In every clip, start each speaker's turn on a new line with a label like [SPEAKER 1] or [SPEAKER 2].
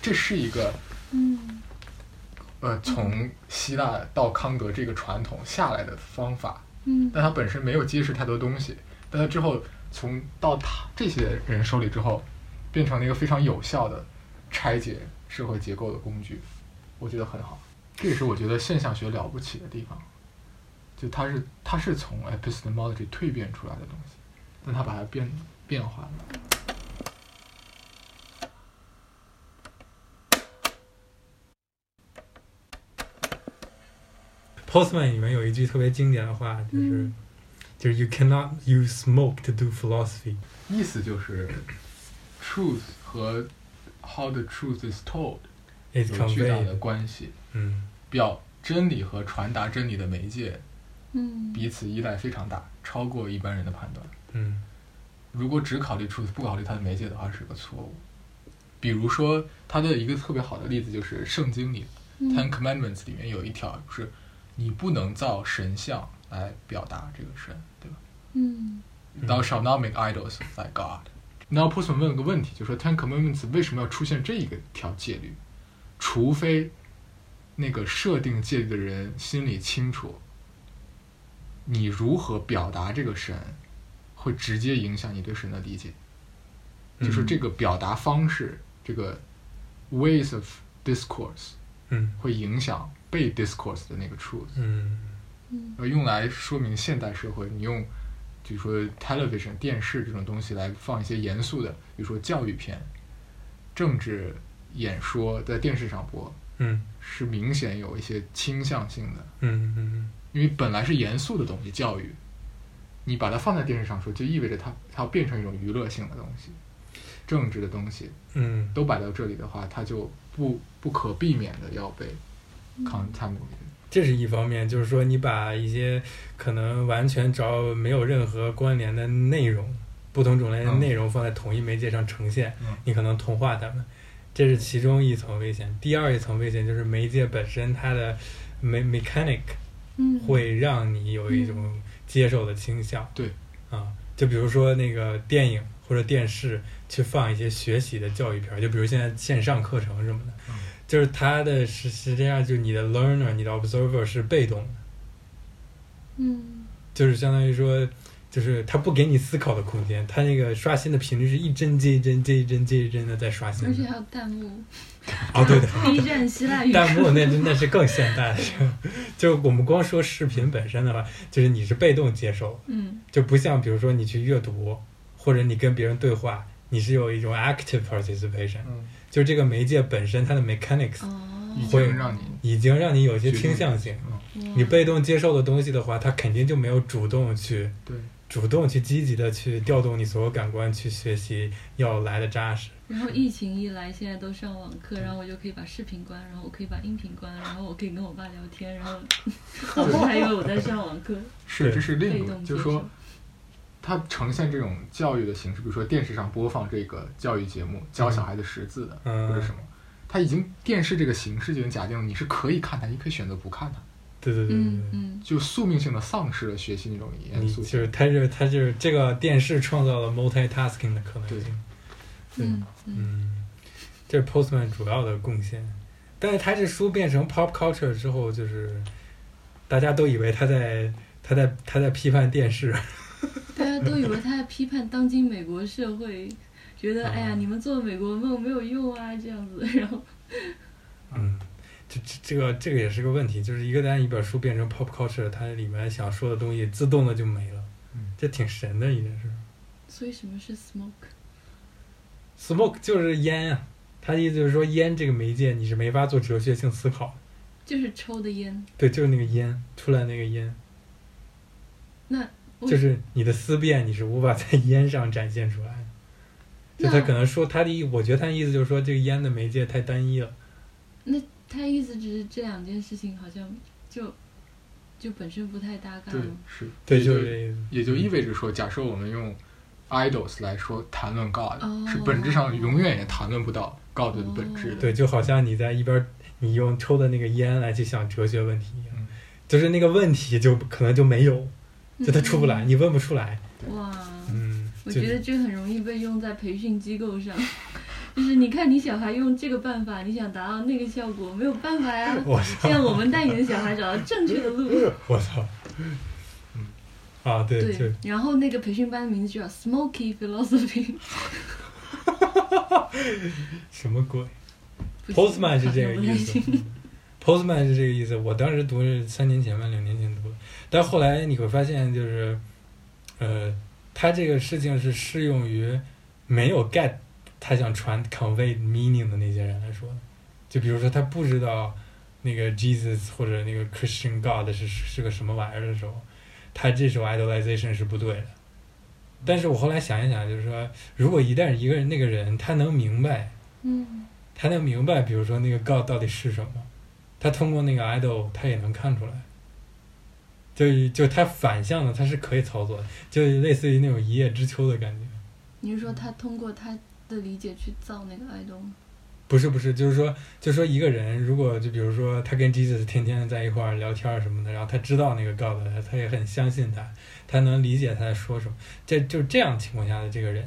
[SPEAKER 1] 这是一个，
[SPEAKER 2] 嗯
[SPEAKER 1] 呃，从希腊到康德这个传统下来的方法，
[SPEAKER 2] 嗯
[SPEAKER 1] 但它本身没有揭示太多东西，但它之后从到他这些人手里之后，变成了一个非常有效的拆解社会结构的工具，我觉得很好。这也是我觉得现象学了不起的地方，就它是它是从 epistemology 蜕变出来的东西，但它把它变变化了。
[SPEAKER 3] Postman 里面有一句特别经典的话，就是、
[SPEAKER 2] 嗯
[SPEAKER 3] 就是 You cannot use smoke to do philosophy。
[SPEAKER 1] 意思就是 truth 和 how the truth is told
[SPEAKER 3] It's
[SPEAKER 1] 有巨大的
[SPEAKER 3] conveyed。
[SPEAKER 1] 关系，
[SPEAKER 3] 嗯
[SPEAKER 1] 表真理和传达真理的媒介
[SPEAKER 2] 嗯
[SPEAKER 1] 彼此依赖非常大，超过一般人的判断。
[SPEAKER 3] 嗯
[SPEAKER 1] 如果只考虑 truth 不考虑它的媒介的话，是个错误。比如说，它的一个特别好的例子就是圣经里
[SPEAKER 2] 嗯
[SPEAKER 1] 《Ten Commandments》里面有一条，就是你不能造神像来表达这个神，对吧？
[SPEAKER 2] 嗯
[SPEAKER 1] Thou shalt not make idols thy God。然后 Postman 问了个问题，就说 Ten Commandments 为什么要出现这一个条戒律？除非那个设定戒律的人心里清楚，你如何表达这个神，会直接影响你对神的理解。
[SPEAKER 3] 嗯
[SPEAKER 1] 就是这个表达方式，这个 ways of discourse
[SPEAKER 3] 嗯
[SPEAKER 1] 会影响被 discourse 的那个 truth。
[SPEAKER 3] 嗯
[SPEAKER 2] 嗯
[SPEAKER 1] 呃，用来说明现代社会，你用，比如说 television 电视这种东西来放一些严肃的，比如说教育片、政治演说，在电视上播，
[SPEAKER 3] 嗯
[SPEAKER 1] 是明显有一些倾向性的，
[SPEAKER 3] 嗯嗯
[SPEAKER 1] 因为本来是严肃的东西，教育，你把它放在电视上说，就意味着它它要变成一种娱乐性的东西，政治的东西
[SPEAKER 3] 嗯
[SPEAKER 1] 都摆到这里的话，它就不不可避免的要被 contaminated。
[SPEAKER 3] 这是一方面，就是说你把一些可能完全找没有任何关联的内容，不同种类的
[SPEAKER 1] 嗯
[SPEAKER 3] 内容放在同一媒介上呈现，
[SPEAKER 1] 嗯
[SPEAKER 3] 你可能同化它们，这是其中一层危险。第二一层危险就是媒介本身它的 me mechanic
[SPEAKER 2] 嗯
[SPEAKER 3] 会让你有一种接受的倾向。
[SPEAKER 1] 对，
[SPEAKER 3] 啊，就比如说那个电影或者电视去放一些学习的教育片儿，就比如现在线上课程什么的，
[SPEAKER 1] 嗯
[SPEAKER 3] 就是它的是是这样，就是你的 learner、你的 observer 是被动的，
[SPEAKER 2] 嗯
[SPEAKER 3] 就是相当于说，就是它不给你思考的空间，它那个刷新的频率是一帧接一帧、接一帧、接一帧的在刷新
[SPEAKER 2] 而且
[SPEAKER 3] 的。
[SPEAKER 2] 还有弹幕
[SPEAKER 3] 哦，对的，
[SPEAKER 2] ，B 站希腊语
[SPEAKER 3] 弹幕那那是更现代的， 就是我们光说视频本身的话，就是你是被动接受的。
[SPEAKER 2] 嗯
[SPEAKER 3] 就不像比如说你去阅读，或者你跟别人对话，你是有一种 active participation，
[SPEAKER 1] 嗯，
[SPEAKER 3] 就这个媒介本身它的 mechanics
[SPEAKER 2] 哦
[SPEAKER 1] 已
[SPEAKER 3] 会
[SPEAKER 1] 经让你
[SPEAKER 3] 已经让你有一些倾向性。
[SPEAKER 1] 嗯，
[SPEAKER 3] 你被动接受的东西的话，它肯定就没有主动去
[SPEAKER 1] 对。
[SPEAKER 3] 主动去积极的去调动你所有感官去学习要来的扎实。
[SPEAKER 2] 然后疫情一来，现在都上网课，然后我就可以把视频关，然后我可以把音频关，然后我可以跟我爸聊天，然后我爸还以为我在上网课，
[SPEAKER 1] 是，
[SPEAKER 3] 对
[SPEAKER 1] 这是另
[SPEAKER 2] 被
[SPEAKER 1] 一个
[SPEAKER 2] 动，接
[SPEAKER 1] 就是
[SPEAKER 2] 受
[SPEAKER 1] 说，，它呈现这种教育的形式，比如说电视上播放这个教育节目，教小孩子识字的、
[SPEAKER 3] 嗯
[SPEAKER 1] 或者什么，它已经电视这个形式就已经假定了你是可以看它，你可以选择不看它，
[SPEAKER 3] 对对对对
[SPEAKER 2] 嗯
[SPEAKER 3] 对。
[SPEAKER 2] 嗯
[SPEAKER 1] 就宿命性的丧失了学习那种严
[SPEAKER 3] 你
[SPEAKER 1] 肃
[SPEAKER 3] 就是
[SPEAKER 1] 性。
[SPEAKER 3] 它就是它就是这个电视创造了 multitasking 的可能
[SPEAKER 1] 对
[SPEAKER 3] 性。对
[SPEAKER 2] 嗯嗯
[SPEAKER 3] 嗯，这是 Postman 主要的贡献。但是他这书变成 pop culture 之后，就是大家都以为他在他在他在批判电视，
[SPEAKER 2] 大家都以为他在批判当今美国社会，觉得
[SPEAKER 3] 啊
[SPEAKER 2] 哎呀，你们做美国梦没有用啊，这样子。然后，
[SPEAKER 3] 嗯，这这这个这个也是个问题，就是一个单一本书变成 pop culture，它里面想说的东西自动的就没了
[SPEAKER 1] 嗯，
[SPEAKER 3] 这挺神的一件事。
[SPEAKER 2] 所以什么是 smoke？
[SPEAKER 3] Smoke 就是烟啊，他的意思就是说烟这个媒介你是没法做哲学性思考的，
[SPEAKER 2] 就是抽的烟。
[SPEAKER 3] 对，就是那个烟出来那个烟，
[SPEAKER 2] 那我
[SPEAKER 3] 就是你的思辨你是无法在烟上展现出来的。就他
[SPEAKER 2] 那
[SPEAKER 3] 可能说他的意，我觉得他的意思就是说，这个烟的媒介太单一了。
[SPEAKER 2] 他意思只是这两件事情好像就就本身不太搭嘎
[SPEAKER 1] 对
[SPEAKER 2] 吗？，
[SPEAKER 1] 是，
[SPEAKER 3] 对，
[SPEAKER 1] 也
[SPEAKER 3] 就
[SPEAKER 1] 就是
[SPEAKER 3] 这嗯意思。
[SPEAKER 1] 也就意味着说，假设我们用 idols 来说谈论 God，、
[SPEAKER 2] 哦哦
[SPEAKER 1] 是本质上永远也谈论不到 God 的本质的。
[SPEAKER 3] 对，就好像你在一边儿，你用抽的那个烟来去想哲学问题一样，
[SPEAKER 1] 嗯
[SPEAKER 3] 就是那个问题就可能就没有，就它出不来，
[SPEAKER 2] 嗯
[SPEAKER 3] 你问不出来。
[SPEAKER 2] 哇，
[SPEAKER 3] 嗯，
[SPEAKER 2] 我
[SPEAKER 3] 就
[SPEAKER 2] 觉得这很容易被用在培训机构上， 就是你看你小孩用这个办法，你想达到那个效果，没有办法 呀。
[SPEAKER 3] 我操
[SPEAKER 2] 这！样我们带你的小孩找到正确的路。
[SPEAKER 3] 我操！嗯啊， 对，就
[SPEAKER 2] 对，然后那个培训班的名字就叫 Smoky Philosophy
[SPEAKER 3] 什么鬼
[SPEAKER 2] 不行。
[SPEAKER 3] ？Postman 是这个
[SPEAKER 2] 不太
[SPEAKER 3] 意思
[SPEAKER 2] 行。
[SPEAKER 3] ，Postman 是这个意思。我当时读是三年前吧，两年前读的，但后来你会发现，就是，呃，它这个事情是适用于没有 get 他想传 convey meaning 的那些人来说的。就比如说他不知道那个 Jesus 或者那个 Christian God 是是个什么玩意儿的时候，他这首 idolization 是不对的。但是我后来想一想，就是说，如果一旦一个人那个人他能明白
[SPEAKER 2] 嗯，
[SPEAKER 3] 他能明白，比如说那个 God 到底是什么，他通过那个 idol 他也能看出来，就就他反向的他是可以操作的，就类似于那种一叶知秋的感觉。
[SPEAKER 2] 你是说他通过他的理解去造那个 idol 吗？
[SPEAKER 3] 不是不是，就是说，就是说一个人如果就比如说他跟 Jesus 天天在一块儿聊天儿什么的，然后他知道那个 God，的他也很相信他，他能理解他在说什么。这就这样情况下的这个人，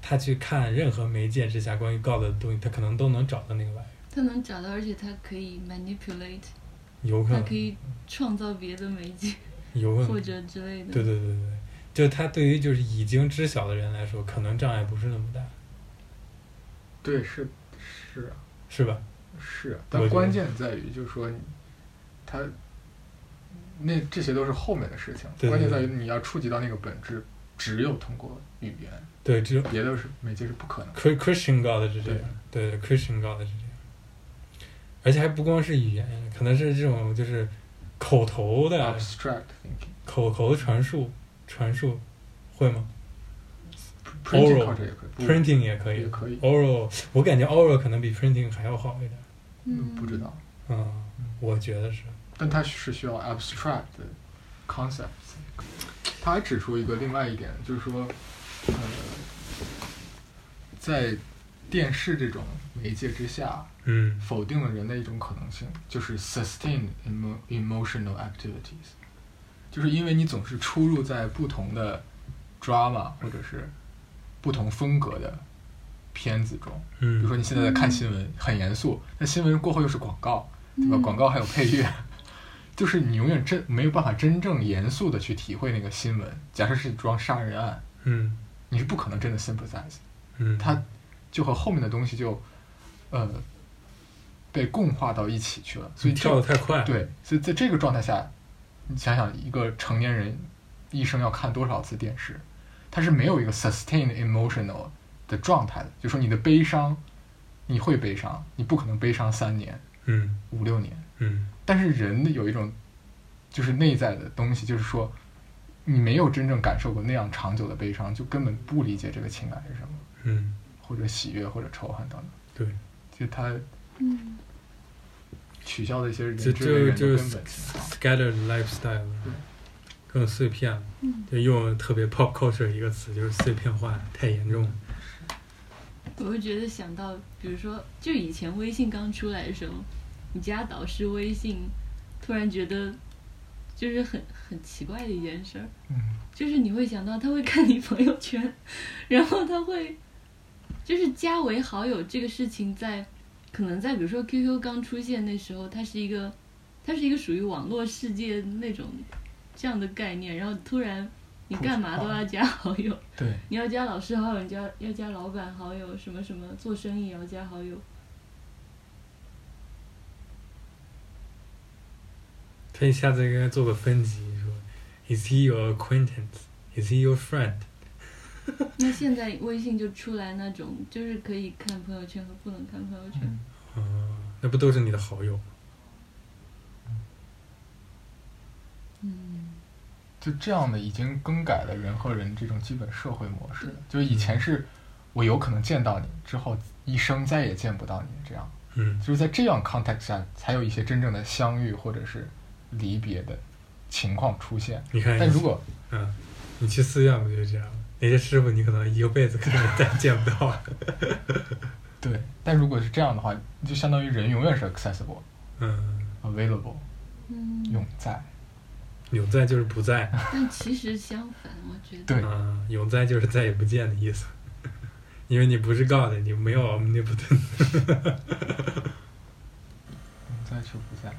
[SPEAKER 3] 他去看任何媒介之下关于 God 的东西，他可能都能找到那个玩意儿，
[SPEAKER 2] 他能找到，而且他可以 manipulate，
[SPEAKER 3] 有可
[SPEAKER 2] 他
[SPEAKER 3] 能
[SPEAKER 2] 可，以创造别的媒介
[SPEAKER 3] 有可能
[SPEAKER 2] 或。者之类的。
[SPEAKER 3] 对对对对，对，就他对于就是已经知晓的人来说，可能障碍不是那么大，
[SPEAKER 1] 对，是是啊
[SPEAKER 3] 是吧？
[SPEAKER 1] 是啊，但
[SPEAKER 3] 我觉得
[SPEAKER 1] 关键在于就是说你，他那这些都是后面的事情，
[SPEAKER 3] 对对
[SPEAKER 1] 关键在于
[SPEAKER 3] 对
[SPEAKER 1] 你要触及到那个本质，只有通过语言，
[SPEAKER 3] 对，只有
[SPEAKER 1] 别的是媒介是不可能的。
[SPEAKER 3] Chri- Christian God 是这样，对对 Christian God 是这样，而且还不光是语言，可能是这种就是口头的、
[SPEAKER 1] 啊 Abstract thinking,
[SPEAKER 3] 口头传述传述，会吗
[SPEAKER 1] printing
[SPEAKER 3] Oral
[SPEAKER 1] 靠这也可以不
[SPEAKER 3] ？Printing 哦也可以
[SPEAKER 1] 也可以，
[SPEAKER 3] ，oral 我感觉 oral 可能比 printing 还要好一点，
[SPEAKER 2] 嗯，
[SPEAKER 1] 不知。道，
[SPEAKER 3] 嗯，我觉得是。
[SPEAKER 1] 但它是需要 abstract 的 concepts。他还指出一个另外一点，就是说，呃，在电视这种媒介之下，
[SPEAKER 3] 嗯，
[SPEAKER 1] 否定了人的一种可能性，就是 sustained emo emotional activities，就是因为你总是出入在不同的 drama 或者是不同风格的片子中。比
[SPEAKER 3] 嗯，
[SPEAKER 1] 如说你现在在看新闻，很严肃，但新闻过后又是广告，对吧？
[SPEAKER 2] 嗯
[SPEAKER 1] 广告还有配乐，就是你永远真没有办法真正严肃的去体会那个新闻。假设是一桩杀人案，
[SPEAKER 3] 嗯
[SPEAKER 1] 你是不可能真的 sympathize，
[SPEAKER 3] 嗯，
[SPEAKER 1] 它就和后面的东西就，呃，被共化到一起去了。所以这
[SPEAKER 3] 嗯跳的太快了，
[SPEAKER 1] 对，所以在这个状态下，你想想一个成年人一生要看多少次电视，他是没有一个 sustained emotional 的状态的，就说你的悲伤，你会悲伤，你不可能悲伤三年、
[SPEAKER 3] 嗯
[SPEAKER 1] 五六年，
[SPEAKER 3] 嗯
[SPEAKER 1] 但是人的有一种就是内在的东西，就是说你没有真正感受过那样长久的悲伤，就根本不理解这个情感是什么，
[SPEAKER 3] 嗯，
[SPEAKER 1] 或者喜悦或者仇恨等等，
[SPEAKER 3] 对。
[SPEAKER 1] 就他
[SPEAKER 2] 嗯，
[SPEAKER 1] 取消的一些人
[SPEAKER 3] 就
[SPEAKER 1] 之类人
[SPEAKER 3] 就
[SPEAKER 1] 的
[SPEAKER 3] 就
[SPEAKER 1] 根本嗯情况。
[SPEAKER 3] scattered lifestyle
[SPEAKER 1] 对
[SPEAKER 3] 更碎片了
[SPEAKER 2] 嗯，
[SPEAKER 3] 就用特别 pop culture 一个词，就是碎片化太严重了。
[SPEAKER 2] 我会觉得想到，比如说，就以前微信刚出来的时候，你加导师微信，突然觉得就是很很奇怪的一件事儿。
[SPEAKER 1] 嗯，
[SPEAKER 2] 就是你会想到他会看你朋友圈，然后他会就是加为好友这个事情在，可能在比如说 QQ 刚出现那时候，它是一个它是一个属于网络世界那种这样的概念，然后突然你干嘛都要加好友，
[SPEAKER 1] 对。
[SPEAKER 2] 你要加老师好友，你就要要加老板好友，什么什么做生意也要加好友，
[SPEAKER 3] 他下次应该做个分级，说 Is he your acquaintance? Is he your friend?
[SPEAKER 2] 那现在微信就出来那种，就是可以看朋友圈和不能看朋友圈。
[SPEAKER 1] 嗯
[SPEAKER 3] 啊、那不都是你的好友吗？
[SPEAKER 2] 嗯，
[SPEAKER 1] 就这样的已经更改了人和人这种基本社会模式
[SPEAKER 3] 嗯
[SPEAKER 1] 了。就是以前是我有可能见到你，之后一生再也见不到你，这样
[SPEAKER 3] 嗯
[SPEAKER 1] 就是在这样 context 下，才有一些真正的相遇或者是离别的情况出现。
[SPEAKER 3] 你看，
[SPEAKER 1] 但如果
[SPEAKER 3] 嗯，你去寺院不就这样吗？那些师傅你可能一辈子可能再见不到 了。
[SPEAKER 1] 对，但如果是这样的话，就相当于人永远是 accessible、
[SPEAKER 3] 嗯，
[SPEAKER 1] available、
[SPEAKER 2] 嗯
[SPEAKER 1] 永在。
[SPEAKER 3] 永在就是不在，
[SPEAKER 2] 但其实相反，我觉得
[SPEAKER 1] 对
[SPEAKER 3] 啊，永在就是再也不见的意思。 因为你不是 God，你没有 omnipotent。
[SPEAKER 1] 在求不在？